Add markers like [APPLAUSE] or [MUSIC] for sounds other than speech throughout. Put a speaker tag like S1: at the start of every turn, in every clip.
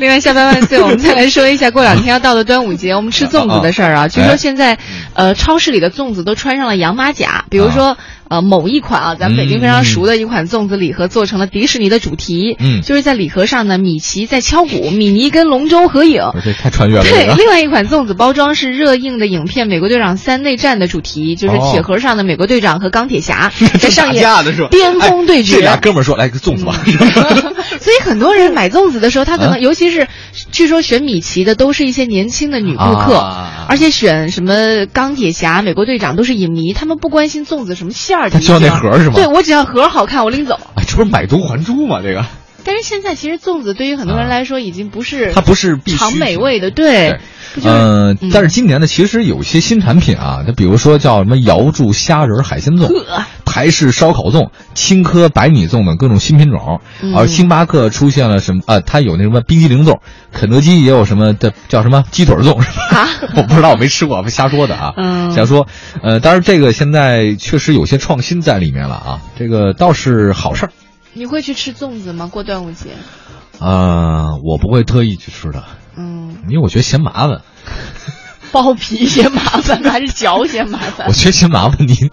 S1: 另外，下班万岁！我们再来说一下，过两天要到的端午节，我们吃粽子的事儿啊。
S2: 哎
S1: 据说现在，呃，超市里的粽子都穿上了洋马甲，比如说，呃，某一款啊，咱们
S2: 嗯
S1: 北京非常熟的一款粽子礼盒，做成了迪士尼的主题，
S2: 嗯
S1: 就是在礼盒上呢，米奇在敲鼓，米妮跟龙舟合影。
S2: 啊不是这太穿越了。这
S1: 对，
S2: 个 [LAUGHS]
S1: 另外一款粽子包装是热映的影片《美国队长三：内战》的主题，就是
S2: 哦
S1: 铁盒上的美国队长和钢铁
S2: [LAUGHS]
S1: 侠在上演
S2: 打架的是吧
S1: 巅峰对
S2: 哎
S1: 决。嗯
S2: 这俩哥们儿说：“来个粽子吧。
S1: [LAUGHS] 所以很多人买粽子的时候，他可能
S2: 嗯
S1: 尤其是，据说选米奇的都是一些年轻的女顾客，
S2: 啊
S1: 而且选什么钢铁侠、美国队长都是影迷，他们不关心粽子什么馅儿的，
S2: 他需要那盒儿是吗
S1: 对我只要盒儿好看，我拎走。
S2: [LAUGHS] 哎，这不是买椟还珠吗？这个
S1: 但是现在其实粽子对于很多人来说已经不是
S2: 它不是必须
S1: 尝美
S2: 品
S1: 味的，对
S2: 对，
S1: 不就是
S2: 呃
S1: 嗯，
S2: 但是今年呢，其实有一些新产品啊，它比如说叫什么瑶柱虾仁儿海鲜粽、台式烧烤粽、青稞白米粽等各种新品种
S1: 嗯。
S2: 而星巴克出现了什么啊？它有那什么冰激凌粽，肯德基也有什么的叫什么鸡腿粽是吧？
S1: 啊
S2: [LAUGHS] 我不知道，我没吃过，我瞎说的啊。
S1: 嗯
S2: 瞎说。呃，当然这个现在确实有些创新在里面了啊，这个倒是好事儿。
S1: 你会去吃粽子吗？过端午节，
S2: 呃，我不会特意去吃的，
S1: 嗯，
S2: 因为我觉得嫌
S1: [LAUGHS]
S2: 麻烦。
S1: 剥皮嫌麻烦还是嚼嫌麻烦 [LAUGHS]
S2: 我？觉得嫌麻烦您，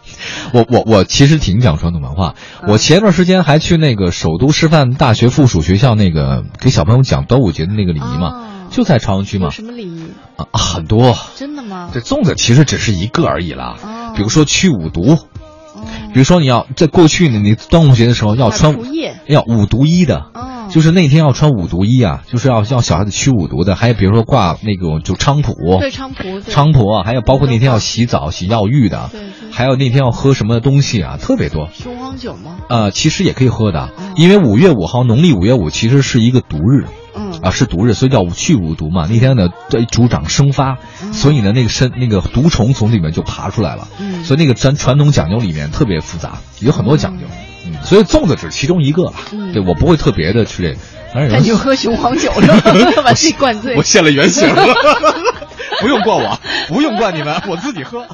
S2: 我我我其实挺讲传统文化。
S1: 嗯
S2: 我前段时间还去那个首都师范大学附属学校那个给小朋友讲端午节的那个礼仪
S1: 哦
S2: 嘛，就在朝阳区嘛
S1: 有，什么礼仪？
S2: 啊很多。
S1: 真的吗？
S2: 这粽子其实只是一个而已啦
S1: 哦，
S2: 比如说驱五毒，
S1: 哦
S2: 比如说你要在过去呢，你端午节的时候要穿
S1: 要除夜
S2: 要五毒一的，
S1: 哦
S2: 就是那天要穿五毒一啊，就是要要小孩子驱五毒的，还有比如说挂那种就菖蒲，
S1: 对菖蒲对
S2: 菖蒲啊，还有包括那天要洗澡洗药浴的
S1: 对对，
S2: 还有那天要喝什么东西啊，特别多。
S1: 雄黄酒吗？
S2: 呃，其实也可以喝的
S1: 哦，
S2: 因为五月五号农历五月五其实是一个毒日，
S1: 嗯
S2: 啊是毒日，所以叫去五毒嘛。那天呢，这主掌生发，所以呢那个身那个毒虫从里面就爬出来了，
S1: 嗯
S2: 所以那个咱传统讲究里面特别复杂，有很多讲究，嗯，所以粽子只是其中一个吧。
S1: 嗯
S2: 对我不会特别的去这个，反正有
S1: 感
S2: 人
S1: 觉喝雄黄酒 [LAUGHS] 了，把自己灌醉。 [LAUGHS]
S2: 我现了原形了，不用灌我，不用灌你们，我自己喝。